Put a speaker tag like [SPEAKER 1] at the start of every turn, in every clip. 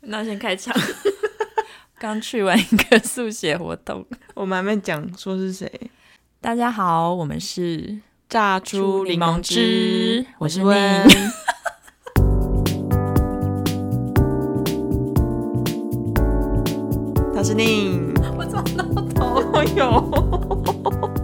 [SPEAKER 1] 那先开场。 刚去完一个速写活动，
[SPEAKER 2] 我们还没讲说是谁，
[SPEAKER 1] 大家好，我们是
[SPEAKER 2] 榨
[SPEAKER 1] 猪
[SPEAKER 2] 出柠檬汁，
[SPEAKER 1] 我是
[SPEAKER 2] 温
[SPEAKER 1] 宁。
[SPEAKER 2] 他是宁，
[SPEAKER 1] 我撞到头，
[SPEAKER 2] 哎呦，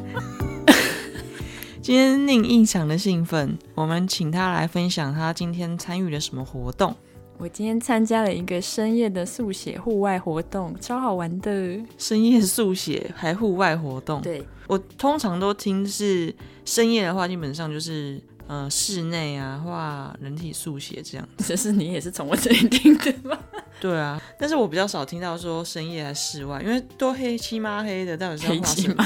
[SPEAKER 2] 今天宁异常的兴奋，我们请他来分享他今天参与了什么活动，
[SPEAKER 1] 我今天参加了一个深夜的速写户外活动，超好玩的。
[SPEAKER 2] 深夜速写还户外活动。
[SPEAKER 1] 对，
[SPEAKER 2] 我通常都听是深夜的话，基本上就是呃室内啊画人体速写这样。
[SPEAKER 1] 这是你也是从我这里听的吗？
[SPEAKER 2] 对啊，但是我比较少听到说深夜还室外，因为都黑漆麻黑的，到底是要
[SPEAKER 1] 黑
[SPEAKER 2] 画
[SPEAKER 1] 漆
[SPEAKER 2] 什么
[SPEAKER 1] 嘛。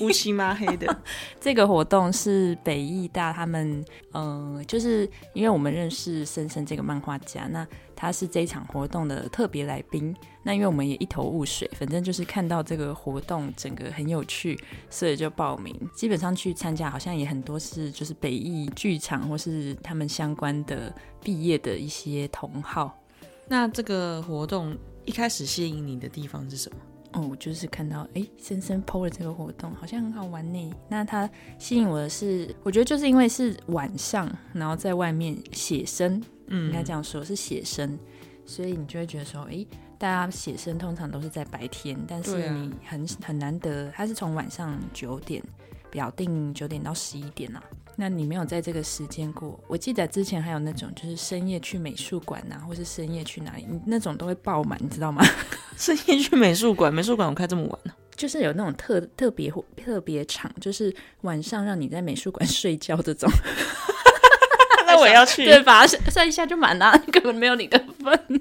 [SPEAKER 2] 乌漆麻黑 的。
[SPEAKER 1] 这个活动是北艺大他们，呃，就是因为我们认识森森这个漫画家，那他是这一场活动的特别来宾。那因为我们也一头雾水，反正就是看到这个活动整个很有趣，所以就报名。基本上去参加，好像也很多是就是北艺剧场或是他们相关的毕业的一些同好。
[SPEAKER 2] 那这个活动一开始吸引你的地方是什么？
[SPEAKER 1] 哦，我就是看到哎，森森 PO 了这个活动，好像很好玩呢。那它吸引我的是，我觉得就是因为是晚上，然后在外面写生，应
[SPEAKER 2] 嗯
[SPEAKER 1] 该这样说，是写生，所以你就会觉得说，哎，大家写生通常都是在白天，但
[SPEAKER 2] 对
[SPEAKER 1] 是
[SPEAKER 2] 啊
[SPEAKER 1] 你很很难得，它是从晚上九点表定九点到十一点啊。那你没有在这个时间过，我记得之前还有那种就是深夜去美术馆呐、或是深夜去哪里，你那种都会爆满，你知道吗？
[SPEAKER 2] 深夜去美术馆，美术馆我开这么 晚呢、
[SPEAKER 1] 就是有那种特特别活特别场，就是晚上让你在美术馆 睡觉这种，
[SPEAKER 2] 那我也要 去，
[SPEAKER 1] 对吧？算一下就满了， 根本没有你的份，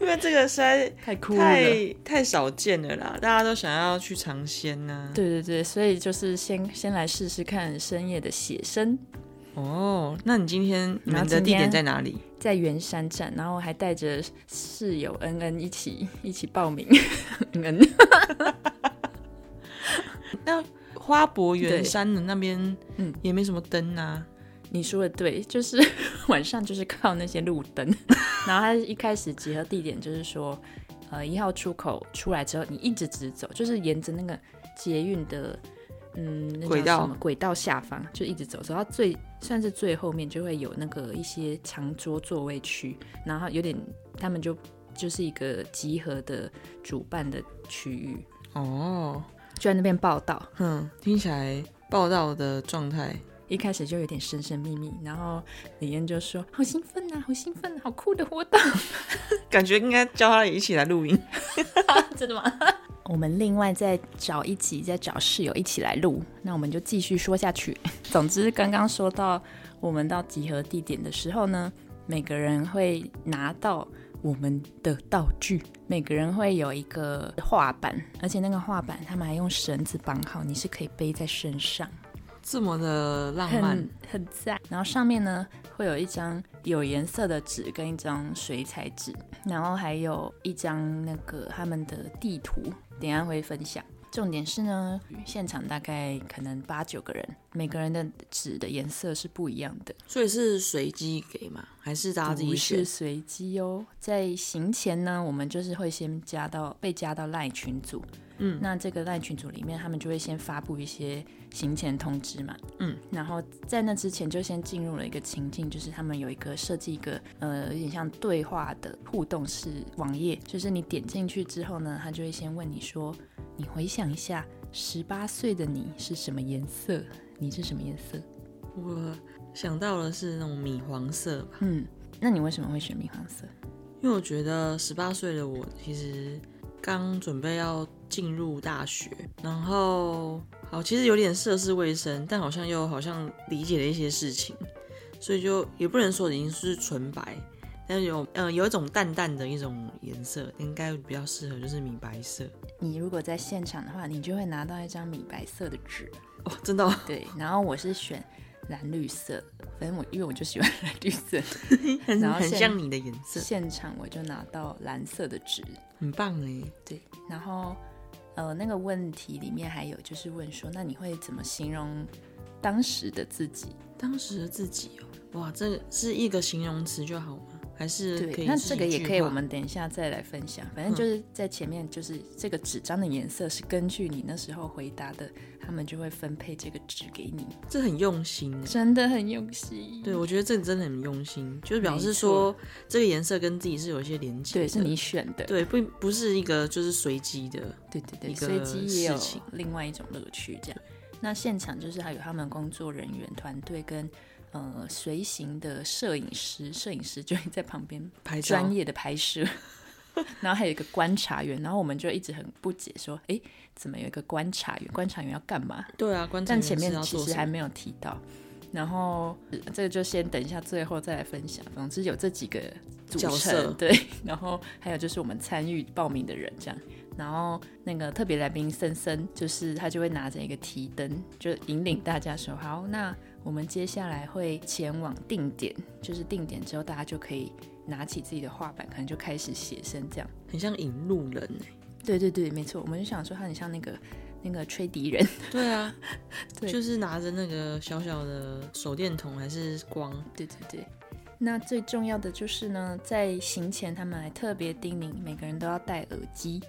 [SPEAKER 2] 因为这个实在
[SPEAKER 1] 太酷
[SPEAKER 2] 太太少见了啦，大家都想要去尝鲜呢、
[SPEAKER 1] 对对对，所以就是先先来试试看深夜的写生，
[SPEAKER 2] 哦，那你今天你
[SPEAKER 1] 然
[SPEAKER 2] 们
[SPEAKER 1] 后
[SPEAKER 2] 的
[SPEAKER 1] 今
[SPEAKER 2] 地点
[SPEAKER 1] 天
[SPEAKER 2] 在哪里？
[SPEAKER 1] 在圆山站，然后还带着室友恩恩一起一起报名， 恩恩
[SPEAKER 2] 花博
[SPEAKER 1] 对
[SPEAKER 2] 园山的那边，
[SPEAKER 1] 嗯
[SPEAKER 2] 嗯，也没什么灯啊。
[SPEAKER 1] 你说的对，就是 晚上就是靠那些路灯， 然后他一开始集合地点就是说，呃，一号出口出来之后，你一直直走，就是沿着那个捷运的，嗯，那叫
[SPEAKER 2] 轨道
[SPEAKER 1] 什么轨道下方就一直走，走到最算是最后面就会有那个一些长桌座位区，然后有点他们就就是一个集合的主办的区域，
[SPEAKER 2] 哦，
[SPEAKER 1] 就在那边报道。
[SPEAKER 2] 哼，听起来报道的状态，
[SPEAKER 1] 一开始就有点神神秘秘，然后李嫣就说：“好兴奋啊，好兴奋、啊，好酷的活动。”
[SPEAKER 2] 感觉应该叫他一起来录音。
[SPEAKER 1] 真的吗？我们另外再找一集，再找室友一起来录。那我们就继续说下去。 总之，刚刚说到我们到集合地点的时候呢，每个人会拿到我们的道具，每个人会有一个画板，而且那个画板他们还用绳子绑好，你是可以背在身上，
[SPEAKER 2] 这么的浪漫
[SPEAKER 1] 很，很赞。然后上面呢会有一张有颜色的纸跟一张水彩纸，然后还有一张那个他们的地图，等一下会分享。重点是呢，现场大概可能八九个人，每个人的纸的颜色是不一样的，
[SPEAKER 2] 所以是随机给嘛，还是大家自己
[SPEAKER 1] 不是
[SPEAKER 2] 选？
[SPEAKER 1] 随机哦。在行前呢，我们就是会先加到被加到赖群组，
[SPEAKER 2] 嗯，
[SPEAKER 1] 那这个赖群组里面，他们就会先发布一些行前通知嘛，
[SPEAKER 2] 嗯，
[SPEAKER 1] 然后在那之前就先进入了一个情境，就是他们有一个设计一个呃有点像对话的互动式网页，就是你点进去之后呢，他就会先问你说，你回想一下十八岁的你是什么颜色，你是什么颜色？
[SPEAKER 2] 我想到的是那种米黄色吧，
[SPEAKER 1] 嗯，那你为什么会选米黄色？
[SPEAKER 2] 因为我觉得十八岁的我其实刚准备要进入大学，然后好，其实有点涉世未深，但好像又好像理解了一些事情，所以就也不能说已经是纯白，但是有呃有一种淡淡的一种颜色，应该比较适合就是米白色
[SPEAKER 1] 你如果在现场的话，你就会拿到一张米白色的纸，
[SPEAKER 2] 哦，真的、哦、
[SPEAKER 1] 对，然后我是选蓝绿色，反正我因为我就喜欢 蓝绿色，
[SPEAKER 2] 很
[SPEAKER 1] 然后
[SPEAKER 2] 很
[SPEAKER 1] 现
[SPEAKER 2] 像你的颜色，
[SPEAKER 1] 现场我就拿到蓝色的纸，
[SPEAKER 2] 很棒哎。
[SPEAKER 1] 对，然后呃那个问题里面还有就是问说，那你会怎么形容当时的自己？
[SPEAKER 2] 当时的自己哦，哇，这个是一个形容词就好吗？还是可
[SPEAKER 1] 对，
[SPEAKER 2] 以
[SPEAKER 1] 那
[SPEAKER 2] 自己
[SPEAKER 1] 这个也
[SPEAKER 2] 具
[SPEAKER 1] 可以，
[SPEAKER 2] 化
[SPEAKER 1] 我们等一下再来分享。
[SPEAKER 2] 嗯
[SPEAKER 1] 反正就是在前面，就是这个纸张的颜色是根据你那时候回答的，他们就会分配这个纸给你，
[SPEAKER 2] 这很用心欸。
[SPEAKER 1] 真的很用心。
[SPEAKER 2] 对，我觉得这个真的很用心，就是表
[SPEAKER 1] 没
[SPEAKER 2] 示
[SPEAKER 1] 错
[SPEAKER 2] 说这个颜色跟自己是有一些连接的。
[SPEAKER 1] 对，是你选的，
[SPEAKER 2] 对，不不是一个就是随机的。
[SPEAKER 1] 对对对，
[SPEAKER 2] 一个
[SPEAKER 1] 随机也有
[SPEAKER 2] 事情
[SPEAKER 1] 另外一种乐趣。这样，那现场就是还有他们工作人员团队跟呃随行的摄影师，摄影师就会在旁边
[SPEAKER 2] 拍照
[SPEAKER 1] 专业的拍摄。 然后还有一个观察员，然后我们就一直很不解，说：“诶，怎么有一个观察员？观察员要干嘛
[SPEAKER 2] 对啊，观？”察
[SPEAKER 1] 但
[SPEAKER 2] 员
[SPEAKER 1] 前
[SPEAKER 2] 是
[SPEAKER 1] 面
[SPEAKER 2] 要
[SPEAKER 1] 其
[SPEAKER 2] 做
[SPEAKER 1] 实
[SPEAKER 2] 什
[SPEAKER 1] 还
[SPEAKER 2] 么
[SPEAKER 1] 没有提到。然后呃这个就先等一下，最后再来分享。总之有这几个组
[SPEAKER 2] 角色
[SPEAKER 1] 成，对。然后还有就是我们参与报名的人这样。然后那个特别来宾森森，就是他就会拿着一个提灯，就引领大家说：“好，那我们接下来会前往定点，就是定点之后，大家就可以拿起自己的画板，可能就开始写生这样。”
[SPEAKER 2] 很像引路人欸。
[SPEAKER 1] 对对对，没错，我们就想说他很像那个那个吹笛人，，
[SPEAKER 2] 对啊
[SPEAKER 1] 对
[SPEAKER 2] 就是拿着那个小小的手电筒还是光，
[SPEAKER 1] 对对对。那最重要的就是呢，在行前他们还特别叮咛每个人都要戴耳机。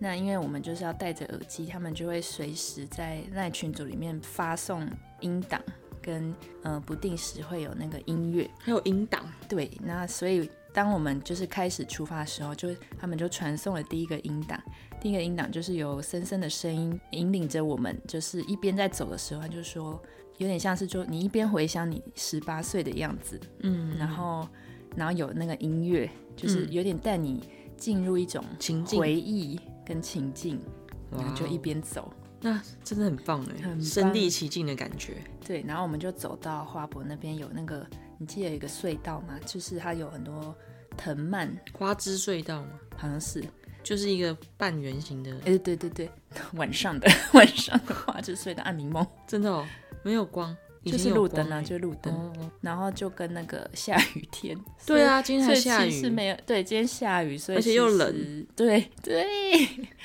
[SPEAKER 1] 那因为我们就是要戴着耳机，他们就会随时在赖群组里面发送音档，跟呃不定时会有那个音乐。
[SPEAKER 2] 还有音档，
[SPEAKER 1] 对，那所以当我们就是开始出发的时候，就他们就传送了第一个音档。第一个音档就是由森森的声音引领着我们，就是一边在走的时候，他就说有点像是就你一边回想你十八岁的样子，
[SPEAKER 2] 嗯，
[SPEAKER 1] 然后然后有那个音乐，就是有点带你进入一种
[SPEAKER 2] 情境，
[SPEAKER 1] 回忆跟情境，
[SPEAKER 2] 哇
[SPEAKER 1] 然后就一
[SPEAKER 2] 哦
[SPEAKER 1] 边走。
[SPEAKER 2] 那真的很棒哎，
[SPEAKER 1] 很
[SPEAKER 2] 身
[SPEAKER 1] 棒
[SPEAKER 2] 临其境的感觉，
[SPEAKER 1] 对，然后我们就走到花博那边有那个，你记得有一个隧道吗？就是它有很多藤蔓，
[SPEAKER 2] 花枝隧道嘛，
[SPEAKER 1] 好像是
[SPEAKER 2] 就是一个半圆形的，
[SPEAKER 1] 哎、对对对，晚上的 晚上的话就睡到暗迷蒙，
[SPEAKER 2] 真的哦，没有光，以
[SPEAKER 1] 就
[SPEAKER 2] 前
[SPEAKER 1] 是
[SPEAKER 2] 有
[SPEAKER 1] 路灯
[SPEAKER 2] 光
[SPEAKER 1] 啊，
[SPEAKER 2] 欸
[SPEAKER 1] 就是路灯，
[SPEAKER 2] 哦，
[SPEAKER 1] 然后就跟那个 下雨天，
[SPEAKER 2] 对啊，今天
[SPEAKER 1] 所
[SPEAKER 2] 还
[SPEAKER 1] 以，
[SPEAKER 2] 下
[SPEAKER 1] 所以其实
[SPEAKER 2] 雨，
[SPEAKER 1] 没有对，今天下雨，所以
[SPEAKER 2] 而且
[SPEAKER 1] 其
[SPEAKER 2] 又
[SPEAKER 1] 实
[SPEAKER 2] 冷，
[SPEAKER 1] 对对，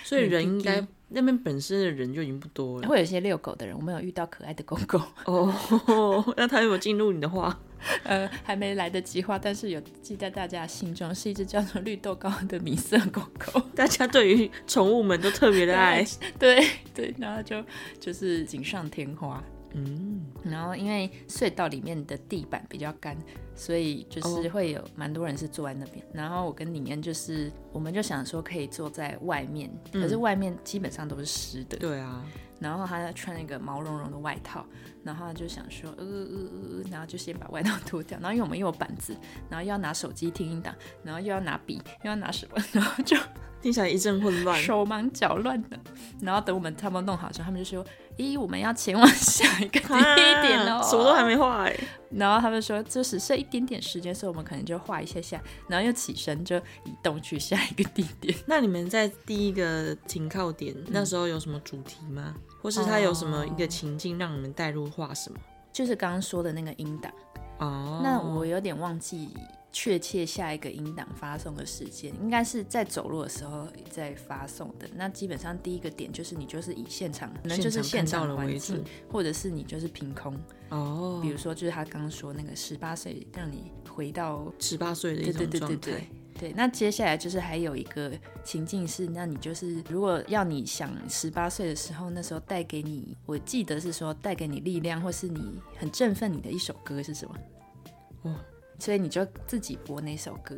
[SPEAKER 2] 所以
[SPEAKER 1] 很
[SPEAKER 2] 人
[SPEAKER 1] 低
[SPEAKER 2] 应该
[SPEAKER 1] 低
[SPEAKER 2] 那边本身的人就已经不多了
[SPEAKER 1] 会有一些遛狗的人，我们有遇到可爱的狗狗，
[SPEAKER 2] 哦， 那他有没有进入你的话？
[SPEAKER 1] 呃，还没来得及画，但是有记在大家心中，是一只叫做绿豆糕的米色狗狗，
[SPEAKER 2] 大家对于宠物们都特别的爱，
[SPEAKER 1] 对对，然后就就是锦上添花，
[SPEAKER 2] 嗯，
[SPEAKER 1] 然后因为隧道里面的地板比较干，所以就是会有蛮多人是坐在那边。然后我跟李安就是，我们就想说可以坐在外面，可是外面基本上都是湿的。
[SPEAKER 2] 对啊，
[SPEAKER 1] 然后他穿了一个毛茸茸的外套，然后他就想说呃呃呃，呃，然后就先把外套脱掉。然后因为我们又有板子，然后又要拿手机听音档，然后又要拿笔，又要拿什么，然后 就
[SPEAKER 2] 听起来一阵混乱，
[SPEAKER 1] 手忙脚乱的。然后等我们差不多弄好之后，他们就说：“咦，我们要前往下一个地点哦。
[SPEAKER 2] 啊什么都还没画哎，
[SPEAKER 1] 然后他们说，就只剩一点点时间，所以我们可能就画一下下，然后又起身就移动去下一个地点。
[SPEAKER 2] 那你们在第一个停靠点、那时候有什么主题吗？或是它有什么一个情境让你们带入画什么？
[SPEAKER 1] 就是刚刚说的那个音档，
[SPEAKER 2] 哦，
[SPEAKER 1] 那我有点忘记确切下一个音档发送的时间，应该是在走路的时候在发送的。那基本上第一个点就是你就是以现场，可能就是现
[SPEAKER 2] 现场看
[SPEAKER 1] 场
[SPEAKER 2] 到的
[SPEAKER 1] 环
[SPEAKER 2] 为
[SPEAKER 1] 境
[SPEAKER 2] 主，
[SPEAKER 1] 或者是你就是凭空，
[SPEAKER 2] 哦
[SPEAKER 1] 比，如说就是他刚刚说那个十八岁让你回到
[SPEAKER 2] 十八岁的
[SPEAKER 1] 对
[SPEAKER 2] 一种
[SPEAKER 1] 对对对
[SPEAKER 2] 状
[SPEAKER 1] 对
[SPEAKER 2] 态，
[SPEAKER 1] 对，那接下来就是还有一个情境是，那你就是如果要你想十八岁的时候，那时候带给你，我记得是说带给你力量，或是你很振奋你的一首歌是什么？
[SPEAKER 2] 哇
[SPEAKER 1] 所以你就自己播那首歌。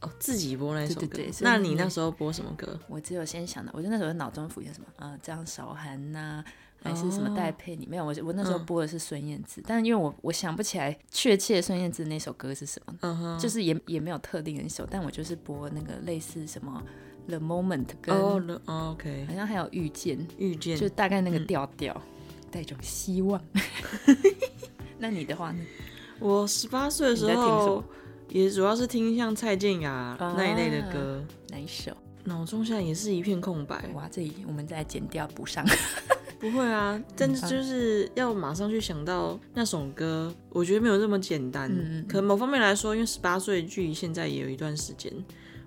[SPEAKER 2] 哦，自己播那一首歌。
[SPEAKER 1] 对对对所以
[SPEAKER 2] 那你
[SPEAKER 1] 你
[SPEAKER 2] 那时候播什么歌？
[SPEAKER 1] 我只有先想到，我就那时候脑中浮现什么，呃，张韶涵呐、还是
[SPEAKER 2] 哦
[SPEAKER 1] 什么戴佩妮？没有，我我那时
[SPEAKER 2] 嗯
[SPEAKER 1] 候播的是孙燕姿，但因为我我想不起来确切孙燕姿那首歌是什么，
[SPEAKER 2] 嗯哼，
[SPEAKER 1] 就是也也没有特定的一首，但我就是播那个类似什么 The Moment 跟、
[SPEAKER 2] 哦了哦，OK，
[SPEAKER 1] 好像还有遇见，
[SPEAKER 2] 遇见
[SPEAKER 1] 就大概那
[SPEAKER 2] 嗯
[SPEAKER 1] 个调调，带一种希望。 那你的话呢？
[SPEAKER 2] 我十八岁的时
[SPEAKER 1] 你在听什
[SPEAKER 2] 候
[SPEAKER 1] 么，啊
[SPEAKER 2] 也主要是听像蔡健雅那一类的歌，
[SPEAKER 1] 哪一首？
[SPEAKER 2] 脑中现在也是一片空白。
[SPEAKER 1] 哇，这里我们再剪掉补 上。
[SPEAKER 2] 不会
[SPEAKER 1] 嗯
[SPEAKER 2] 啊，但是就是要马上去想到那首歌，我觉得没有这么简单。
[SPEAKER 1] 嗯嗯嗯
[SPEAKER 2] 可能某方面来说，因为十八岁距离现在也有一段时间，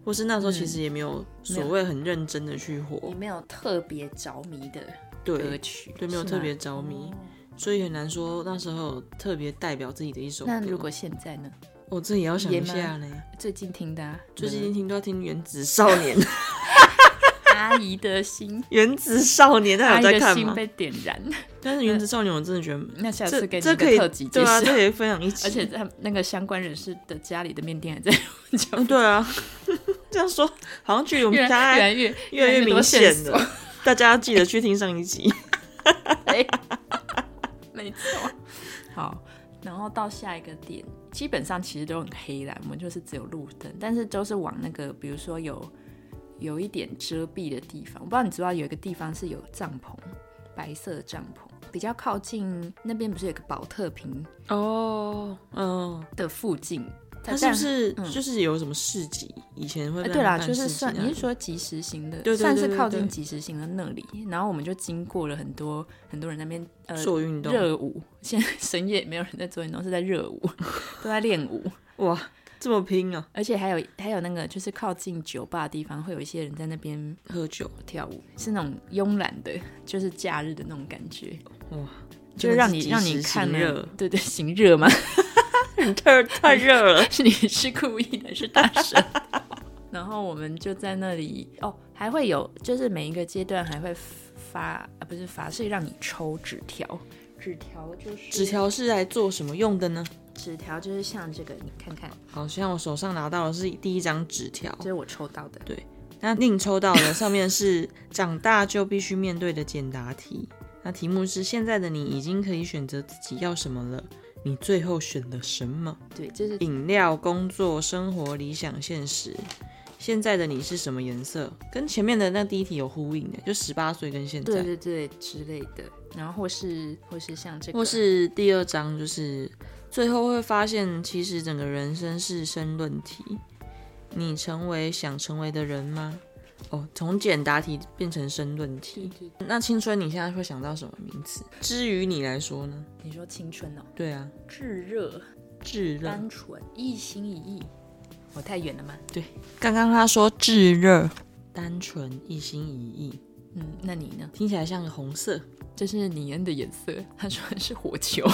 [SPEAKER 2] 或是那
[SPEAKER 1] 嗯
[SPEAKER 2] 时候其实也没有所谓很认真的去活
[SPEAKER 1] 你，没有特别着迷的歌
[SPEAKER 2] 对
[SPEAKER 1] 曲，
[SPEAKER 2] 对，没有
[SPEAKER 1] 是哦
[SPEAKER 2] 特
[SPEAKER 1] 吗
[SPEAKER 2] 别着迷，所以很难说那时候有特别代表自己的一首歌。
[SPEAKER 1] 那如果现在呢？
[SPEAKER 2] 我自己也要想一下呢。
[SPEAKER 1] 最近听的、啊、
[SPEAKER 2] 最近听都要听《原子少年》 《
[SPEAKER 1] 阿姨的心》，
[SPEAKER 2] 原子少年大
[SPEAKER 1] 阿
[SPEAKER 2] 家
[SPEAKER 1] 姨的
[SPEAKER 2] 有在看
[SPEAKER 1] 心
[SPEAKER 2] 吗？
[SPEAKER 1] 被点燃。
[SPEAKER 2] 但是《原子少年》我真的觉得
[SPEAKER 1] 那下次
[SPEAKER 2] 这
[SPEAKER 1] 给你
[SPEAKER 2] 这
[SPEAKER 1] 一
[SPEAKER 2] 可
[SPEAKER 1] 个
[SPEAKER 2] 以
[SPEAKER 1] 特辑介
[SPEAKER 2] 对
[SPEAKER 1] 绍，
[SPEAKER 2] 啊，这可以分 享一起。
[SPEAKER 1] 而且他那个相关人士的家里的面店还在
[SPEAKER 2] 嗯， 对啊，这样说好像距 离我们
[SPEAKER 1] 越
[SPEAKER 2] 现
[SPEAKER 1] 来越
[SPEAKER 2] 在
[SPEAKER 1] 来越
[SPEAKER 2] 越来越明
[SPEAKER 1] 多线
[SPEAKER 2] 显
[SPEAKER 1] 索。
[SPEAKER 2] 了。大家记得去听上一集。
[SPEAKER 1] 哎没错。好，然后到下一个点，基本上其实都很黑啦，我们就是只有路灯，但是都是往那个，比如说有有一点遮蔽的地方。我不知道你知不知道有一个地方是有帐篷，白色的帐篷，比较靠近那边，不是有个保特瓶
[SPEAKER 2] 哦，嗯，
[SPEAKER 1] 的附近？
[SPEAKER 2] 它是不
[SPEAKER 1] 但
[SPEAKER 2] 是就是有什么市集？以前会
[SPEAKER 1] 嗯呃，对啦，
[SPEAKER 2] 办
[SPEAKER 1] 就是
[SPEAKER 2] 市集
[SPEAKER 1] 算
[SPEAKER 2] 那
[SPEAKER 1] 你
[SPEAKER 2] 里
[SPEAKER 1] 是说及时行的，
[SPEAKER 2] 对对
[SPEAKER 1] 算
[SPEAKER 2] 对
[SPEAKER 1] 是
[SPEAKER 2] 对
[SPEAKER 1] 靠
[SPEAKER 2] 对
[SPEAKER 1] 近及时行的那里，然后我们就经过了很多很多人在那边呃
[SPEAKER 2] 做运动？
[SPEAKER 1] 热舞，现在 深夜没有人在做运动，是在热 舞，都在练舞，
[SPEAKER 2] 哇，这么拼啊！
[SPEAKER 1] 而且还有还有那个就是靠近酒吧的地方，会有一些人在那边
[SPEAKER 2] 喝酒
[SPEAKER 1] 跳舞，是那种慵懒的，就是假日的那种感觉，
[SPEAKER 2] 哇，
[SPEAKER 1] 就是让你让你看
[SPEAKER 2] 热
[SPEAKER 1] 了，，对对，行热 吗？
[SPEAKER 2] 太太热了。
[SPEAKER 1] 是你是故意的，是大神。 然后我们就在那里哦，还会有就是每一个阶段还会发啊，不是发是让你抽纸条，纸条就是
[SPEAKER 2] 纸条是来做什么用的呢？
[SPEAKER 1] 纸条就是像这个，你看看，
[SPEAKER 2] 好像我手上拿到的是第一张纸条
[SPEAKER 1] 这，是我抽到的。
[SPEAKER 2] 那宁抽到的上面是长大就必须面对的简答题。那题目是：现在的你已经可以选择自己要什么了，你最后选了什么？
[SPEAKER 1] 对，就是
[SPEAKER 2] 饮料、工作、生活、理想、现实。现在的你是什么颜色？跟前面的那第一题有呼应的，就十八岁跟现
[SPEAKER 1] 对
[SPEAKER 2] 在。
[SPEAKER 1] 对对之类的，然后或是或是像这个，
[SPEAKER 2] 或是第二章，就是最后会发现，其实整个人生是申论题。你成为想成为的人吗？哦，从简答题变成申论
[SPEAKER 1] 对
[SPEAKER 2] 题。
[SPEAKER 1] 对对
[SPEAKER 2] 那青春你现在会想到什么名词？至于你来说呢？
[SPEAKER 1] 你说青春哦，
[SPEAKER 2] 对啊，
[SPEAKER 1] 炙热、
[SPEAKER 2] 炙热。
[SPEAKER 1] 单纯、一心一意。我太远了吗？
[SPEAKER 2] 刚刚他说炙热、单纯、一心一意，
[SPEAKER 1] 嗯，那你呢？
[SPEAKER 2] 听起来像红色
[SPEAKER 1] 这是你恩的颜色，他说是火球。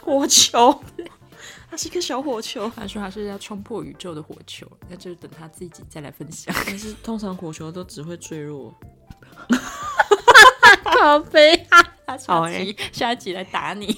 [SPEAKER 2] 火球， 它是一个小火球。
[SPEAKER 1] 他说他是要冲破宇宙的火球，那就等他自己再来分 享。
[SPEAKER 2] 但是通常火球都只会坠落。
[SPEAKER 1] 好悲啊！ 他
[SPEAKER 2] 好
[SPEAKER 1] 下集下集来打你。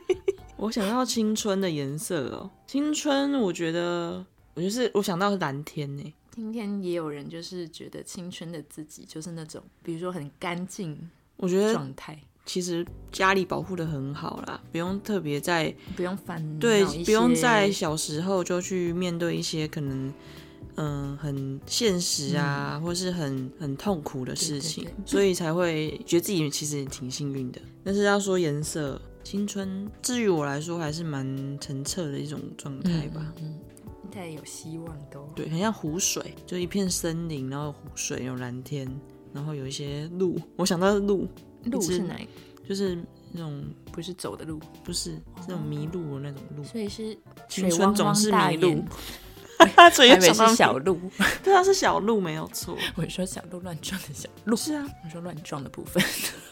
[SPEAKER 2] 我想到青春的颜色哦，青春，我觉得，我就是我想到是蓝天呢。
[SPEAKER 1] 今天也有人就是觉得青春的自己就是那种，比如说很干净
[SPEAKER 2] 我觉得
[SPEAKER 1] 状态，
[SPEAKER 2] 其实家里保护的很好啦，不用特别在
[SPEAKER 1] 不用烦
[SPEAKER 2] 对
[SPEAKER 1] 嗯恼一，
[SPEAKER 2] 不用
[SPEAKER 1] 些
[SPEAKER 2] 在小时候就去面对一些可能，嗯、很现实啊，或是很很痛苦的事情，
[SPEAKER 1] 嗯对对
[SPEAKER 2] 所以才会觉得自己其实也挺幸运的。但是要说颜色，青春，至于我来说，还是蛮澄澈的一种状态吧。
[SPEAKER 1] 嗯，嗯太有希望都。
[SPEAKER 2] 对，很像湖水，就一片森林，然后有湖水，有蓝天，然后有一些路。我想到的路，
[SPEAKER 1] 路
[SPEAKER 2] 一直
[SPEAKER 1] 是哪一个？
[SPEAKER 2] 就是那种
[SPEAKER 1] 不是走的路，
[SPEAKER 2] 不是那种迷路的那种路。
[SPEAKER 1] 所以是
[SPEAKER 2] 青
[SPEAKER 1] 水
[SPEAKER 2] 春
[SPEAKER 1] 汪
[SPEAKER 2] 总
[SPEAKER 1] 汪
[SPEAKER 2] 是
[SPEAKER 1] 大
[SPEAKER 2] 迷路
[SPEAKER 1] 眼，，
[SPEAKER 2] 他嘴
[SPEAKER 1] 台
[SPEAKER 2] 又
[SPEAKER 1] 北
[SPEAKER 2] 想到
[SPEAKER 1] 是小，路。
[SPEAKER 2] 对啊，是小路没有错。
[SPEAKER 1] 我说小路乱撞的小路，
[SPEAKER 2] 是啊，
[SPEAKER 1] 我说乱撞的部 分，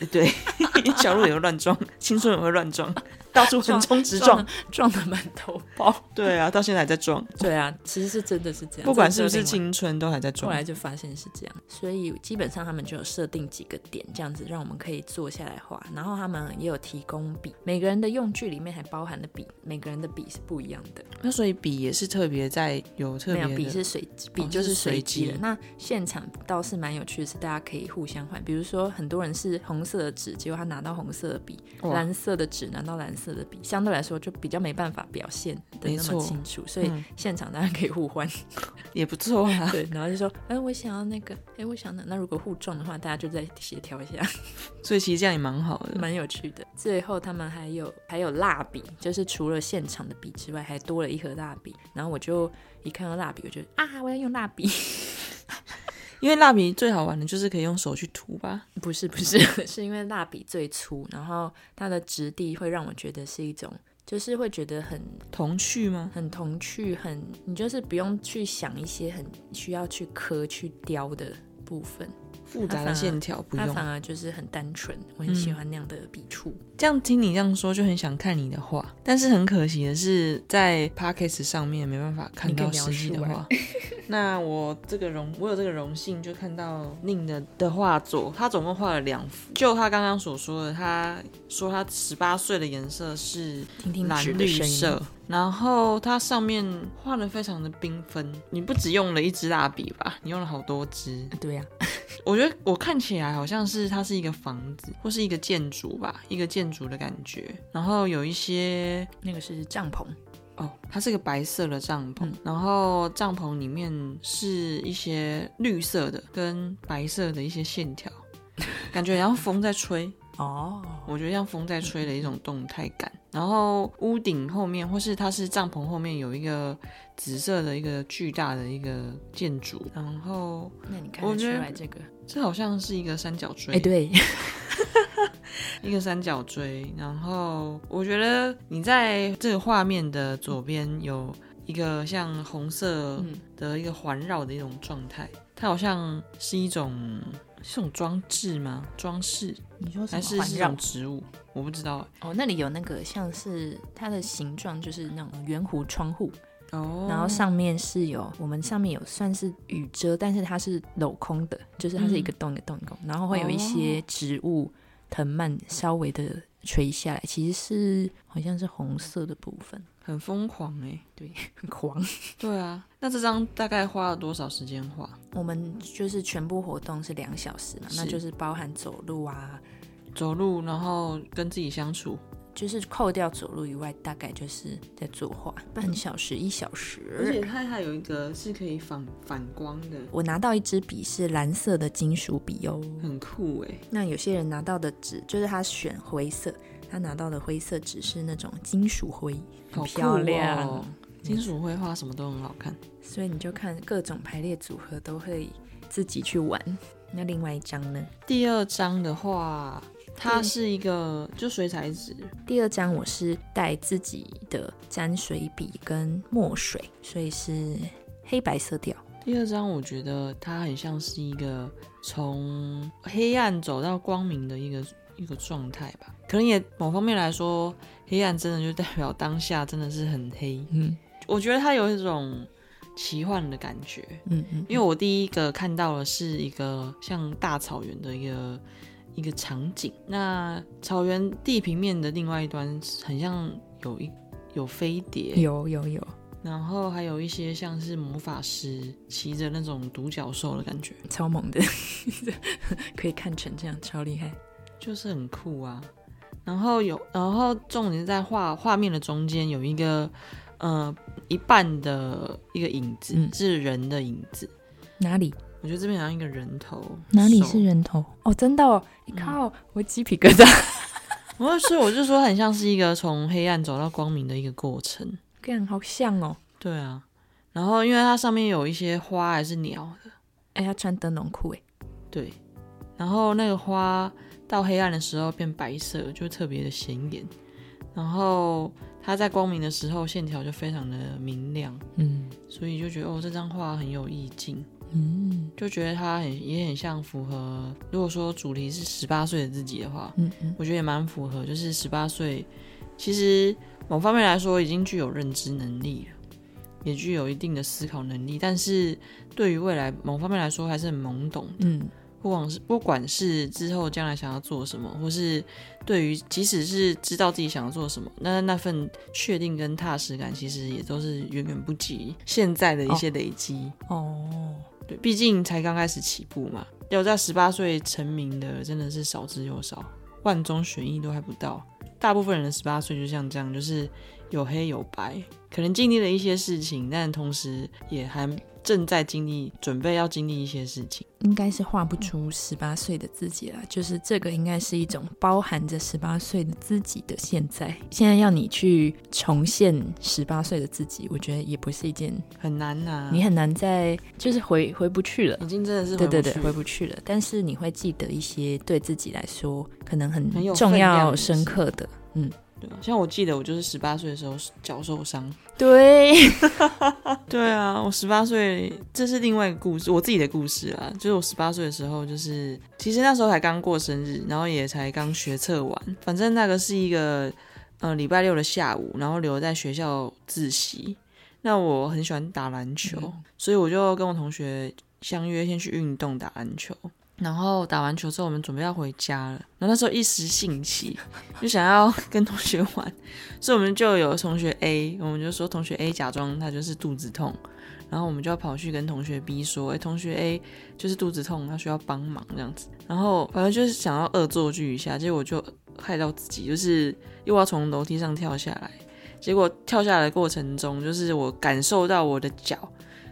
[SPEAKER 2] 呃对， 小鹿也会乱撞，青春也会乱撞，到处横冲直撞。
[SPEAKER 1] 的撞的满头包。
[SPEAKER 2] 对啊，到现在还在撞，
[SPEAKER 1] 对啊，其实是真的是这样，
[SPEAKER 2] 不管
[SPEAKER 1] 这
[SPEAKER 2] 是不是
[SPEAKER 1] 就另外
[SPEAKER 2] 青春，都还在
[SPEAKER 1] 后
[SPEAKER 2] 撞。
[SPEAKER 1] 来就发现是这样，所以基本上他们就有设定几个点，这样子让我们可以坐下来画。然后他们也有提供笔，每个人的用具里面还包含了笔，每个人的笔是不一样的。
[SPEAKER 2] 那所以笔也是特别在有特
[SPEAKER 1] 没有
[SPEAKER 2] 别
[SPEAKER 1] 笔
[SPEAKER 2] 的，
[SPEAKER 1] 是随机，笔
[SPEAKER 2] 哦
[SPEAKER 1] 就是是
[SPEAKER 2] 随
[SPEAKER 1] 随机
[SPEAKER 2] 机
[SPEAKER 1] 的。那现场倒是蛮有趣的是，大家可以互相换，比如说很多人是红色的纸，结果他拿到红色的笔；
[SPEAKER 2] 哇
[SPEAKER 1] 蓝色的纸拿到蓝色的笔，相对来说就比较没办法表现的
[SPEAKER 2] 没
[SPEAKER 1] 那
[SPEAKER 2] 错
[SPEAKER 1] 么清楚，所以
[SPEAKER 2] 嗯
[SPEAKER 1] 现场大家可以互 换。
[SPEAKER 2] 也不错啊。
[SPEAKER 1] 对，然后就说，哎，我想要那个，哎，我想要那。那如果互撞的话，大家就再协调一下，
[SPEAKER 2] 所以其实这样也蛮好的。
[SPEAKER 1] 蛮有趣的。最后他们还有还有蜡笔，就是除了现场的笔之外，还多了一盒蜡笔。然后我就一看到蜡笔，我就啊，我要用蜡笔。
[SPEAKER 2] 因为蜡笔最好玩的就是可以用手去涂吧。
[SPEAKER 1] 不是不是， 是因为蜡笔最粗，然后它的质地会让我觉得是一种，就是会觉得很
[SPEAKER 2] 童趣吗？
[SPEAKER 1] 很童趣，很你就是不用去想一些很需要去刻去雕的部分。
[SPEAKER 2] 复杂的线条不
[SPEAKER 1] 它
[SPEAKER 2] 用。嗯
[SPEAKER 1] 反而就是很单纯，我很喜欢那样的笔触。
[SPEAKER 2] 这样听你这样说，就很想看你的画，但是很可惜的是，在 p o c k e t 上面没办法看到实际的
[SPEAKER 1] 你可以
[SPEAKER 2] 画
[SPEAKER 1] 描。
[SPEAKER 2] 那我这个荣，我有这个荣幸，就看到宁的的画作，他总共画了两幅。就他刚刚所说的，他说他十八岁的颜色是
[SPEAKER 1] 听听
[SPEAKER 2] 蓝
[SPEAKER 1] 纸的
[SPEAKER 2] 绿
[SPEAKER 1] 声音
[SPEAKER 2] 色，，然后它上面画的非常的缤纷。你不只用了一支蜡笔吧？你用了好多支。
[SPEAKER 1] 对啊呀、
[SPEAKER 2] 我觉得我看起来好像是它是一个房子或是一个建筑吧，一个建筑的感觉。然后有一些
[SPEAKER 1] 那个是帐篷，
[SPEAKER 2] 哦，它是个白色的帐篷，
[SPEAKER 1] 嗯
[SPEAKER 2] 然后帐篷里面是一些绿色的跟白色的一些线条，感觉好像风在吹。
[SPEAKER 1] 哦，
[SPEAKER 2] 我觉得像风在吹的一种动态感。然后屋顶后面，或是它是帐篷后面有一个紫色的一个巨大的一个建筑，然后
[SPEAKER 1] 那你看
[SPEAKER 2] 我
[SPEAKER 1] 得出
[SPEAKER 2] 觉得
[SPEAKER 1] 来这个？
[SPEAKER 2] 这好像是一个三角锥，
[SPEAKER 1] 哎、 对，
[SPEAKER 2] 一个三角锥。然后我觉得你在这个画面的左边有一个像红色
[SPEAKER 1] 嗯
[SPEAKER 2] 的一个环绕的一种状态，它好像是一种是一种装置吗？装饰
[SPEAKER 1] 你说
[SPEAKER 2] 还是是一种植物？我不知道
[SPEAKER 1] 哦，那里有那个像是它的形状就是那种圆弧窗户，
[SPEAKER 2] 哦
[SPEAKER 1] 然后上面是有我们上面有算是雨遮，但是它是镂空的，就是它是一个洞一个洞一个洞，然后会有一些植物藤蔓稍微的垂下来，其实是好像是红色的部分，
[SPEAKER 2] 很疯狂哎、
[SPEAKER 1] 很狂。
[SPEAKER 2] 对啊，那这张大概花了多少时间画？
[SPEAKER 1] 我们就是全部活动是两小时嘛，
[SPEAKER 2] 是
[SPEAKER 1] 那就是包含走路啊，
[SPEAKER 2] 走路，然后跟自己相处。
[SPEAKER 1] 就是扣掉走路以外，大概就是在作画半小时一小
[SPEAKER 2] 而且
[SPEAKER 1] 时。
[SPEAKER 2] 它还有一个是可以反反光的，
[SPEAKER 1] 我拿到一支笔是蓝色的金属笔哦，
[SPEAKER 2] 很酷哎、
[SPEAKER 1] 那有些人拿到的纸就是他选灰色，他拿到的灰色纸是那种金属灰，
[SPEAKER 2] 好
[SPEAKER 1] 很
[SPEAKER 2] 酷
[SPEAKER 1] 漂亮。
[SPEAKER 2] 哦金属绘画什么都很好看。
[SPEAKER 1] 所以你就看各种排列组合都会自己去玩。那另外一张呢？
[SPEAKER 2] 第二张的话，它是一个就水彩纸，
[SPEAKER 1] 第二张我是带自己的沾水笔跟墨水，所以是黑白色调。
[SPEAKER 2] 第二张我觉得它很像是一个从黑暗走到光明的一个一个状态吧。可能也某方面来说，黑暗真的就代表当下真的是很黑。
[SPEAKER 1] 嗯
[SPEAKER 2] 我觉得它有一种奇幻的感觉，
[SPEAKER 1] 嗯嗯，
[SPEAKER 2] 因为我第一个看到的是一个像大草原的一个一个场景，那草原地平面的另外一端很像有一有飞碟，
[SPEAKER 1] 有嗯有有，
[SPEAKER 2] 然后还有一些像是魔法师骑着那种独角兽的感觉，
[SPEAKER 1] 超猛的， 可以看成这样，超厉害。
[SPEAKER 2] 就是很酷啊。然后有，然后重点是在画画面的中间有一个，呃，一半的一个影子、
[SPEAKER 1] 嗯
[SPEAKER 2] 是人的影子，
[SPEAKER 1] 哪里
[SPEAKER 2] 我觉得这边好像一个人头，
[SPEAKER 1] 哪里
[SPEAKER 2] 手
[SPEAKER 1] 是人头？哦，真的哦！你靠，我鸡皮疙瘩。
[SPEAKER 2] 我所以我就说很像是一个从黑暗走到光明的一个过程。
[SPEAKER 1] 干好像哦！
[SPEAKER 2] 对啊，然后因为它上面有一些花还是鸟的，
[SPEAKER 1] 哎、他穿灯笼裤哎，
[SPEAKER 2] 对，然后那个花到黑暗的时候变白色，就特别的显眼。然后它在光明的时候线条就非常的明亮，
[SPEAKER 1] 嗯
[SPEAKER 2] 所以就觉得哦这张画很有意境，
[SPEAKER 1] 嗯
[SPEAKER 2] 就觉得它很也很像符合，如果说主题是十八岁的自己的话，
[SPEAKER 1] 嗯嗯，
[SPEAKER 2] 我觉得也蛮符合，就是十八岁，其实某方面来说已经具有认知能力了，也具有一定的思考能力，但是对于未来某方面来说还是很懵懂的。
[SPEAKER 1] 嗯，
[SPEAKER 2] 不管是不管是之后将来想要做什么，或是对于即使是知道自己想要做什么，那那份确定跟踏实感，其实也都是远远不及现在的一些累积。
[SPEAKER 1] 哦，
[SPEAKER 2] 对，毕竟才刚开始起步嘛，要在十八岁成名的真的是少之又少，万中选一都还不到。大部分人的十八岁就像这样，就是有黑有白，可能经历了一些事情，但同时也还正在经历，准备要经历一些事情。
[SPEAKER 1] 应该是画不出十八岁的自己啦，就是这个应该是一种包含着十八岁的自己的现在。现在要你去重现十八岁的自己，我觉得也不是一件
[SPEAKER 2] 很难呐、
[SPEAKER 1] 你很难再就是回回不去了
[SPEAKER 2] 已。经真的嗯是
[SPEAKER 1] 对
[SPEAKER 2] 回
[SPEAKER 1] 对
[SPEAKER 2] 不
[SPEAKER 1] 对，
[SPEAKER 2] 去
[SPEAKER 1] 回不去了。但是你会记得一些对自己来说可能很
[SPEAKER 2] 很有
[SPEAKER 1] 重
[SPEAKER 2] 分量
[SPEAKER 1] 要、
[SPEAKER 2] 的
[SPEAKER 1] 深
[SPEAKER 2] 事
[SPEAKER 1] 刻的，
[SPEAKER 2] 对对啊，像我记得我就是十八岁的时候脚受伤，
[SPEAKER 1] 对，
[SPEAKER 2] 对啊，我十八岁，这是另外一个故事，我自己的故事啦。就是我十八岁的时候，就是其实那时候才刚过生日，然后也才刚学测完，反正那个是一个呃礼拜六的下午，然后留在学校自习。那我很喜欢打篮
[SPEAKER 1] 嗯
[SPEAKER 2] 球，所以我就跟我同学相约先去运动打篮球。然后打完球之后，我们准备要回家了。然后那时候一时兴起，就想要跟同学玩，所以我们就有同学 A，我们就说同学 A 假装他就是肚子痛，然后我们就要跑去跟同学 B 说，哎，同学 A 就是肚子痛，他需要帮忙这样子。然后反正就是想要恶作剧一下，结果我就害到自己，就是又要从楼梯上跳下来。结果跳下来的过程中，就是我感受到我的脚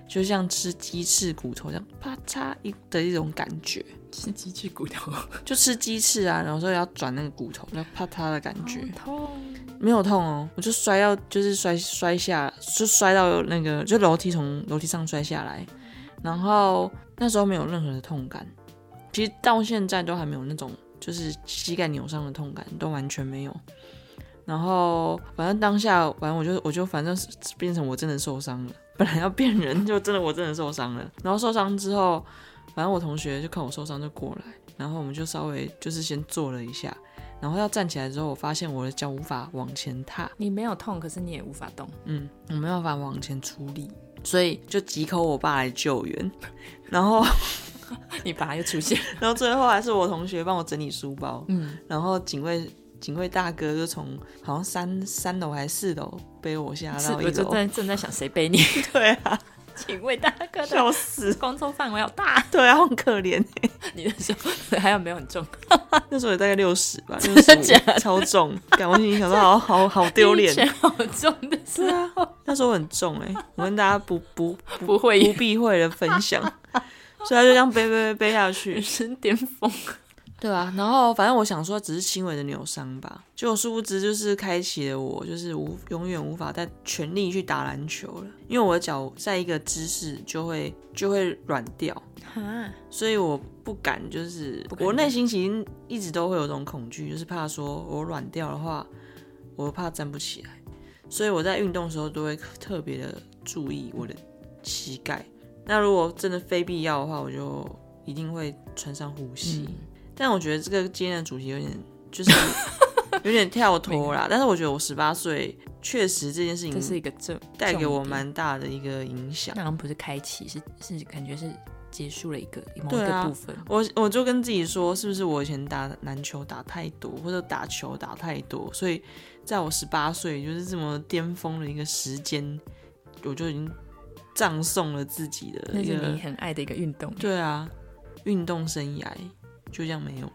[SPEAKER 2] 就像吃鸡翅骨头这样啪嚓一的一种感觉。
[SPEAKER 1] 是鸡翅骨头，
[SPEAKER 2] 就吃鸡翅啊，然后说要转那个骨头，要啪嗒的感觉，
[SPEAKER 1] 痛，啊
[SPEAKER 2] 没有痛哦，我就摔到，就是摔摔下，就摔到那个，就楼梯从楼梯上摔下来，然后那时候没有任何的痛感，其实到现在都还没有那种就是膝盖扭伤的痛感，都完全没有。然后反正当下，反正我就我就反正是变成我真的受伤了，本来要变人，就真的我真的受伤了。然后受伤之后，反正我同学就看我受伤就过来，然后我们就稍微就是先坐了一下，然后要站起来之后，我发现我的脚无法往前踏，
[SPEAKER 1] 你没有痛，可是你也无法动，
[SPEAKER 2] 嗯，我没办法往前出力，所以就急 call 我爸来救援， 然后
[SPEAKER 1] 你爸又出现，
[SPEAKER 2] 然后最后还是我同学帮我整理书包，
[SPEAKER 1] 嗯，
[SPEAKER 2] 然后警卫警卫大哥就从好像三三楼还是四楼背我哦下
[SPEAKER 1] 是，
[SPEAKER 2] 到一
[SPEAKER 1] 我就
[SPEAKER 2] 楼，
[SPEAKER 1] 在正在想谁背你，
[SPEAKER 2] 对啊，
[SPEAKER 1] 请问大哥的
[SPEAKER 2] 笑死，
[SPEAKER 1] 工作范围好大，
[SPEAKER 2] 对啊，很可怜。
[SPEAKER 1] 你的手还有没有很重？
[SPEAKER 2] 那时候也大概六十吧，
[SPEAKER 1] 真
[SPEAKER 2] 六
[SPEAKER 1] 的
[SPEAKER 2] 十
[SPEAKER 1] 假的
[SPEAKER 2] 超重，感我心里想说好好好丢 脸
[SPEAKER 1] 一。拳好重的
[SPEAKER 2] 对
[SPEAKER 1] 是
[SPEAKER 2] 啊，那时候很重哎、我跟大家不不
[SPEAKER 1] 不会
[SPEAKER 2] 不
[SPEAKER 1] 也
[SPEAKER 2] 避讳的分享， 所以他就这样背背背背下去
[SPEAKER 1] 人，生巅峰，
[SPEAKER 2] 对啊，然后反正我想说只是轻微的扭伤吧，结果殊不知就是开启了我就是无永远无法再全力去打篮球了，因为我的脚在一个姿势就会就会软掉，
[SPEAKER 1] 哈，
[SPEAKER 2] 所以我不敢就是
[SPEAKER 1] 不敢
[SPEAKER 2] 我内心其实一直都会有这种恐惧，就是怕说我软掉的话，我怕站不起来，所以我在运动的时候都会特别的注意我的膝盖。那如果真的非必要的话，我就一定会穿上护膝。
[SPEAKER 1] 嗯
[SPEAKER 2] 但我觉得这个今天的主题有点就是有点跳脱啦， 但是我觉得我十八岁确实这件事
[SPEAKER 1] 这是
[SPEAKER 2] 情
[SPEAKER 1] 一个重
[SPEAKER 2] 带给我
[SPEAKER 1] 重点
[SPEAKER 2] 蛮大的一个影响。
[SPEAKER 1] 那好像不是开启，是是感觉是结束了一个某一
[SPEAKER 2] 对啊
[SPEAKER 1] 个部分。
[SPEAKER 2] 我我就跟自己说，是不是我以前打篮球打太多，或者打球打太多，所以在我十八岁就是这么巅峰的一个时间，我就已经葬送了自己的
[SPEAKER 1] 那
[SPEAKER 2] 一
[SPEAKER 1] 是
[SPEAKER 2] 个
[SPEAKER 1] 你很爱的一个运动，
[SPEAKER 2] 对啊运动生涯，就这样没有了。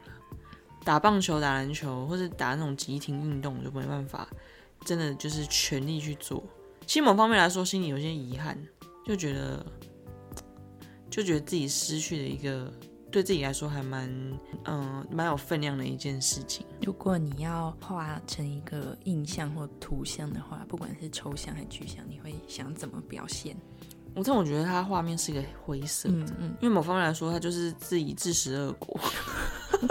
[SPEAKER 2] 打棒球、打篮球或者打那种急停运动，我就没办法，真的就是全力去做。其实某方面来说，心里有些遗憾，就觉得就觉得自己失去了一个对自己来说还蛮嗯蛮有分量的一件事情。
[SPEAKER 1] 如果你要画成一个印象或图像的话，不管是抽象还是具象，你会想怎么表现？
[SPEAKER 2] 我但我觉得它画面是一个灰色的，
[SPEAKER 1] 嗯嗯，
[SPEAKER 2] 因为某方面来说，它就是自己自食恶果。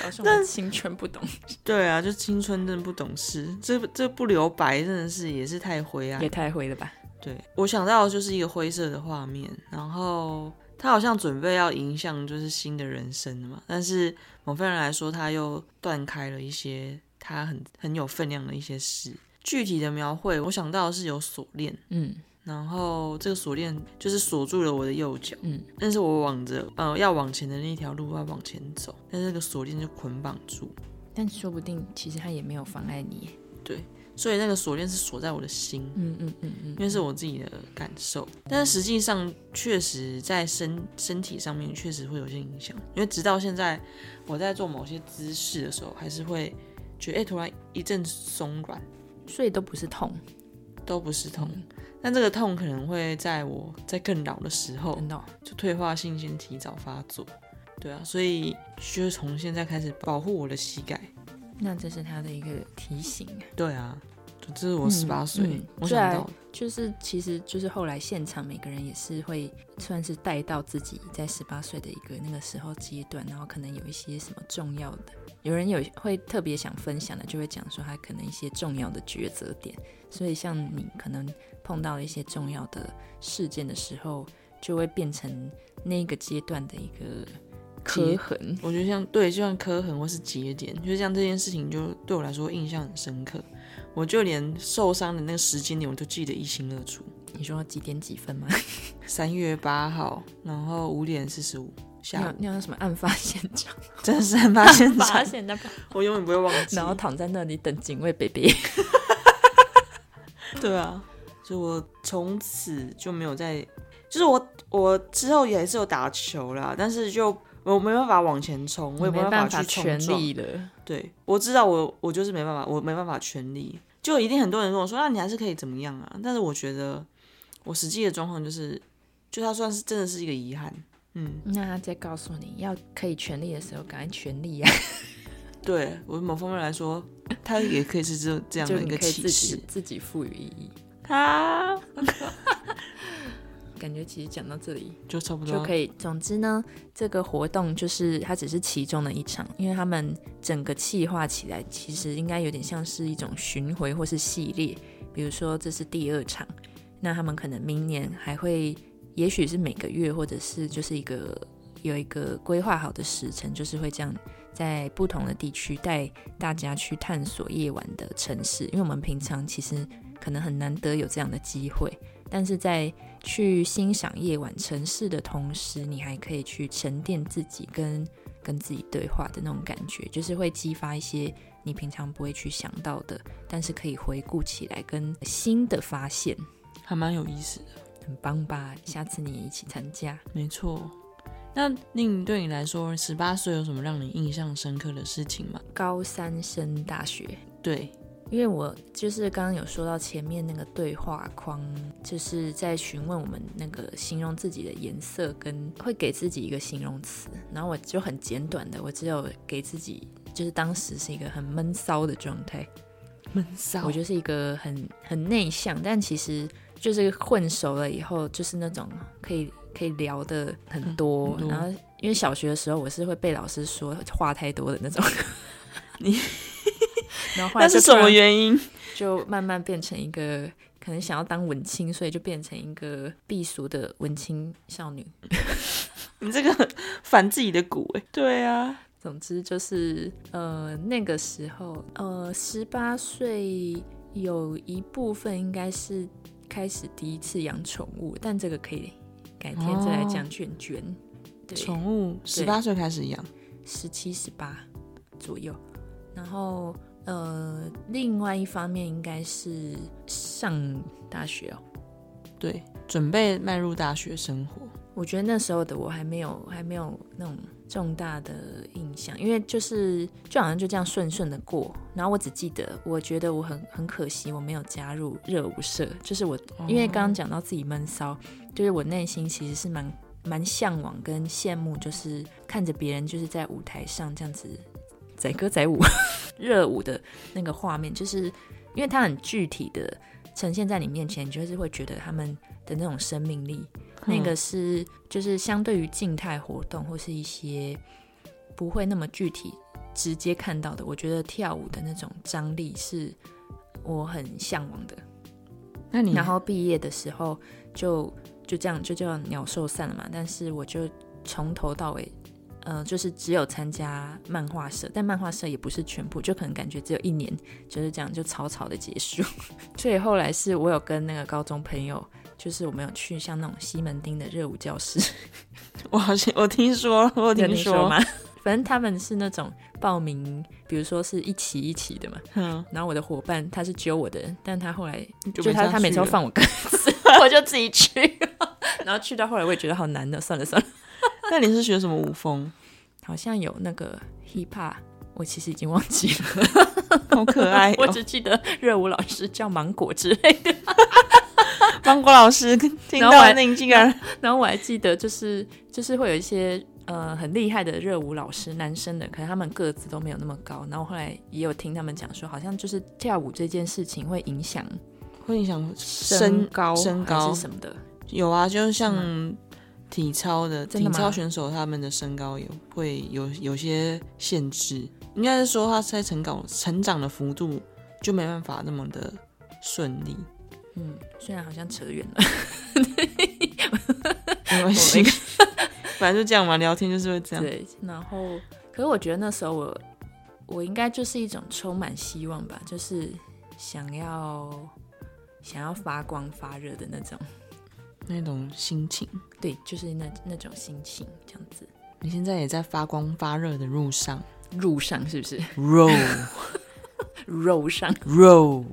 [SPEAKER 1] 表示我们青春不懂，
[SPEAKER 2] 对啊，就青春真的不懂事，这这不留白真的是也是太灰暗了
[SPEAKER 1] 也。太灰了吧？
[SPEAKER 2] 对我想到的就是一个灰色的画面，然后他好像准备要迎向就是新的人生了嘛，但是某份人来说，他又断开了一些他很很有分量的一些事。具体的描绘，我想到的是有锁链，
[SPEAKER 1] 嗯
[SPEAKER 2] 然后这个锁链就是锁住了我的右脚，
[SPEAKER 1] 嗯，
[SPEAKER 2] 但是我往着呃要往前的那条路要往前走，但是那个锁链就捆绑住，
[SPEAKER 1] 但说不定其实它也没有妨碍你。
[SPEAKER 2] 所以那个锁链是锁在我的心，
[SPEAKER 1] 嗯嗯嗯嗯
[SPEAKER 2] 因为是我自己的感受，但是实际上确实在身身体上面确实会有些影响，因为直到现在我在做某些姿势的时候，还是会觉得哎、诶突然一阵松软，
[SPEAKER 1] 所以都不是痛，
[SPEAKER 2] 都不是
[SPEAKER 1] 嗯
[SPEAKER 2] 痛，但这个痛可能会在我在更老的时候
[SPEAKER 1] 真的哦、
[SPEAKER 2] 就退化性先提早发作，对啊，所以就是从现在开始保护我的膝盖，
[SPEAKER 1] 那这是他的一个提醒啊。
[SPEAKER 2] 对啊，这是我
[SPEAKER 1] 嗯
[SPEAKER 2] 十八岁
[SPEAKER 1] 嗯
[SPEAKER 2] 我
[SPEAKER 1] 对
[SPEAKER 2] 想
[SPEAKER 1] 啊
[SPEAKER 2] 到的，
[SPEAKER 1] 就是其实就是后来现场每个人也是会算是带到自己在十八岁的一个那个时候阶段，然后可能有一些什么重要的，有人有会特别想分享的，就会讲说他可能一些重要的抉择点。所以像你可能碰到了一些重要的事件的时候，就会变成那个阶段的一个刻
[SPEAKER 2] 结
[SPEAKER 1] 痕。
[SPEAKER 2] 我觉得像对，就像磕痕或是节点，就是像这件事情，就对我来说印象很深刻。我就连受伤的那个时间点，我都记得一清二楚。
[SPEAKER 1] 你说几点几分吗？
[SPEAKER 2] 三月八号，然后五点四十五
[SPEAKER 1] 你
[SPEAKER 2] 下
[SPEAKER 1] 有
[SPEAKER 2] 午，
[SPEAKER 1] 你有什么案发现场？
[SPEAKER 2] 真的是案 发现
[SPEAKER 1] 嗯发
[SPEAKER 2] 场，
[SPEAKER 1] 现那个，
[SPEAKER 2] 我永远不会忘 记。
[SPEAKER 1] 然后躺在那里等警卫 baby。
[SPEAKER 2] 对啊，所以我从此就没有再，就是我我之后也是有打球啦，但是就我没办法往前冲，我也
[SPEAKER 1] 没
[SPEAKER 2] 办
[SPEAKER 1] 办法
[SPEAKER 2] 去冲
[SPEAKER 1] 全
[SPEAKER 2] 撞。
[SPEAKER 1] 力了。
[SPEAKER 2] 对，我知道我我就是没办法，我没办法全力。就一定很多人跟我说，那你还是可以怎么样啊？但是我觉得我实际的状况就是，就它算是真的是一个遗憾。嗯，
[SPEAKER 1] 那他再告诉你要可以全力的时候，赶快全力啊！
[SPEAKER 2] 对我某方面来说，它也可以是这这样
[SPEAKER 1] 就
[SPEAKER 2] 的一
[SPEAKER 1] 你
[SPEAKER 2] 个
[SPEAKER 1] 可以
[SPEAKER 2] 启
[SPEAKER 1] 自己
[SPEAKER 2] 示。
[SPEAKER 1] 自己赋予意义。
[SPEAKER 2] 啊，
[SPEAKER 1] 感觉其实讲到这里
[SPEAKER 2] 就差不多
[SPEAKER 1] 就可
[SPEAKER 2] 以。
[SPEAKER 1] 以。总之呢，这个活动就是它只是其中的一场，因为他们整个企划起来，其实应该有点像是一种巡回或是系列。比如说这是第二场，那他们可能明年还会，也许是每个月，或者是就是一个有一个规划好的时程，就是会这样在不同的地区带大家去探索夜晚的城市。因为我们平常其实可能很难得有这样的机会，但是在去欣赏夜晚城市的同时，你还可以去沉淀自己跟跟自己对话的那种感觉，就是会激发一些你平常不会去想到的，但是可以回顾起来跟新的发现，
[SPEAKER 2] 还蛮有意思的。
[SPEAKER 1] 很棒吧？下次你也一起参加。
[SPEAKER 2] 没错。那令对你来说，十八岁有什么让你印象深刻的事情吗？
[SPEAKER 1] 高三升大学，
[SPEAKER 2] 对，
[SPEAKER 1] 因为我就是刚刚有说到前面那个对话框，就是在询问我们那个形容自己的颜色，跟会给自己一个形容词，然后我就很简短的，我只有给自己，就是当时是一个很闷骚的状态，
[SPEAKER 2] 闷骚
[SPEAKER 1] 我就是一个很很内向，但其实就是混熟了以后，就是那种可以可以聊的很多，
[SPEAKER 2] 嗯很多
[SPEAKER 1] 然后因为小学的时候我是会被老师说话太多的那种，
[SPEAKER 2] 你。
[SPEAKER 1] 然后后来
[SPEAKER 2] 那是
[SPEAKER 1] 就突
[SPEAKER 2] 什
[SPEAKER 1] 然
[SPEAKER 2] 么原因？
[SPEAKER 1] 就慢慢变成一个可能想要当文青，所以就变成一个避俗的文青少女。
[SPEAKER 2] 你这个 反自己的骨哎、对啊，
[SPEAKER 1] 总之就是，呃，那个时候，呃，十八岁有一部分应该是开始第一次养宠物，但这个可以改天再来讲卷卷。对，
[SPEAKER 2] 宠物十八岁开始养，
[SPEAKER 1] 十七、十八左右。然后，呃，另外一方面应该是上大学哦，
[SPEAKER 2] 对，准备迈入大学生活。
[SPEAKER 1] 我觉得那时候的我还没有还没有那种重大的印象，因为就是就好像就这样顺顺的过，然后我只记得我觉得我很很可惜我没有加入热舞社，就是我
[SPEAKER 2] 哦
[SPEAKER 1] 因为刚刚讲到自己闷骚，就是我内心其实是蛮蛮向往跟羡慕，就是看着别人就是在舞台上这样子载歌载舞 热舞的那个画面，就是因为它很具体的呈现在你面前，你就是会觉得他们的那种生命力。
[SPEAKER 2] 嗯
[SPEAKER 1] 那个是就是相对于静态活动或是一些不会那么具体直接看到的，我觉得跳舞的那种张力是我很向往的。
[SPEAKER 2] 嗯，那你
[SPEAKER 1] 然后毕业的时候就就这样就叫鸟兽散了嘛，但是我就从头到尾。呃，就是只有参加漫画社，但漫画社也不是全部，就可能感觉只有一年，就是这样就草草的结束。 所以后来是我有跟那个高中朋友，就是我们有去像那种西门町的热舞教室，
[SPEAKER 2] 我好像我听说，我
[SPEAKER 1] 你有
[SPEAKER 2] 听
[SPEAKER 1] 听
[SPEAKER 2] 说
[SPEAKER 1] 说吗？？反正他们是那种报名，比如说是一期一期的嘛。
[SPEAKER 2] 嗯，
[SPEAKER 1] 然后我的伙伴他是揪我的，但他后来
[SPEAKER 2] 就
[SPEAKER 1] 就
[SPEAKER 2] 没
[SPEAKER 1] 他
[SPEAKER 2] 下
[SPEAKER 1] 他每
[SPEAKER 2] 去
[SPEAKER 1] 次都
[SPEAKER 2] 了
[SPEAKER 1] 放我鸽 子，我就自己去。啊 然后去到后来我也觉得好难的，算了算了。
[SPEAKER 2] 那你是学什么舞风？
[SPEAKER 1] 好像有那个 hip hop，我其实已经忘记了，
[SPEAKER 2] 好可爱、
[SPEAKER 1] 我
[SPEAKER 2] 哦！
[SPEAKER 1] 只记得热舞老师叫芒果之类的。
[SPEAKER 2] 芒果老 师听
[SPEAKER 1] 然后我
[SPEAKER 2] 到
[SPEAKER 1] 还
[SPEAKER 2] 那竟 然
[SPEAKER 1] 然后我还记得，就是就是会有一些呃很厉害的热舞老师，男生的，可能他们个子都没有那么高。然后后来也有听他们讲说，好像就是跳舞这件事情会影响
[SPEAKER 2] 会影响
[SPEAKER 1] 身高、
[SPEAKER 2] 身高
[SPEAKER 1] 还是什么的。嗯
[SPEAKER 2] 有啊，就是像体操的
[SPEAKER 1] 真
[SPEAKER 2] 体
[SPEAKER 1] 的吗
[SPEAKER 2] 操选手，他们的身高有会有有些限制。应该是说他在成长成长的幅度就没办法那么的顺利，
[SPEAKER 1] 嗯，虽然好像扯远了，
[SPEAKER 2] 没关 系，反正就这样嘛，聊天就是会这样。
[SPEAKER 1] 对，啊然后可是我觉得那时候我我应该就是一种充满希望吧，就是想要想要发光发热的那种，
[SPEAKER 2] 那种心情，
[SPEAKER 1] 对，就是那那种心情这样子。
[SPEAKER 2] 你现在也在发光发热的路上
[SPEAKER 1] 路上是不 是
[SPEAKER 2] ，roll
[SPEAKER 1] 肉上？
[SPEAKER 2] roll。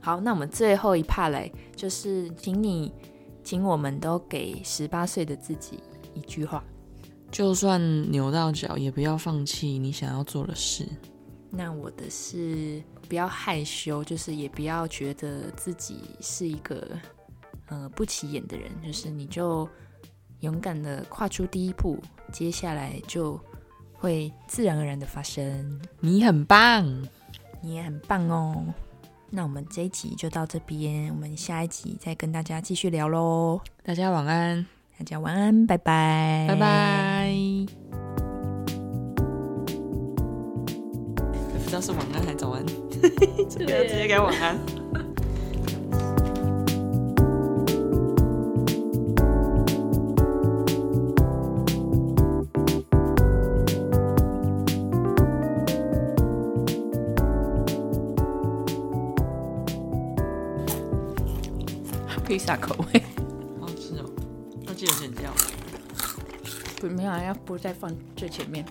[SPEAKER 1] 好，那我们最后一趴来，就是请你，请我们都给十八岁的自己一句话。
[SPEAKER 2] 就算扭到脚，也不要放弃你想要做的事。
[SPEAKER 1] 那我的是不要害羞，就是也不要觉得自己是一个呃不起眼的人，就是你就勇敢的跨出第一步，接下来就会自然而然的发生。
[SPEAKER 2] 你很棒，
[SPEAKER 1] 你也很棒哦。那我们这一集就到这边，我们下一集再跟大家继续聊喽。
[SPEAKER 2] 大家晚安，
[SPEAKER 1] 大家晚安，拜拜，
[SPEAKER 2] 拜拜。不知道是晚安还是 早安，这个直接给晚 安。
[SPEAKER 1] 披萨口味。
[SPEAKER 2] 好吃哦，要记得剪掉。
[SPEAKER 3] 不，没有啊，要不再放最前面。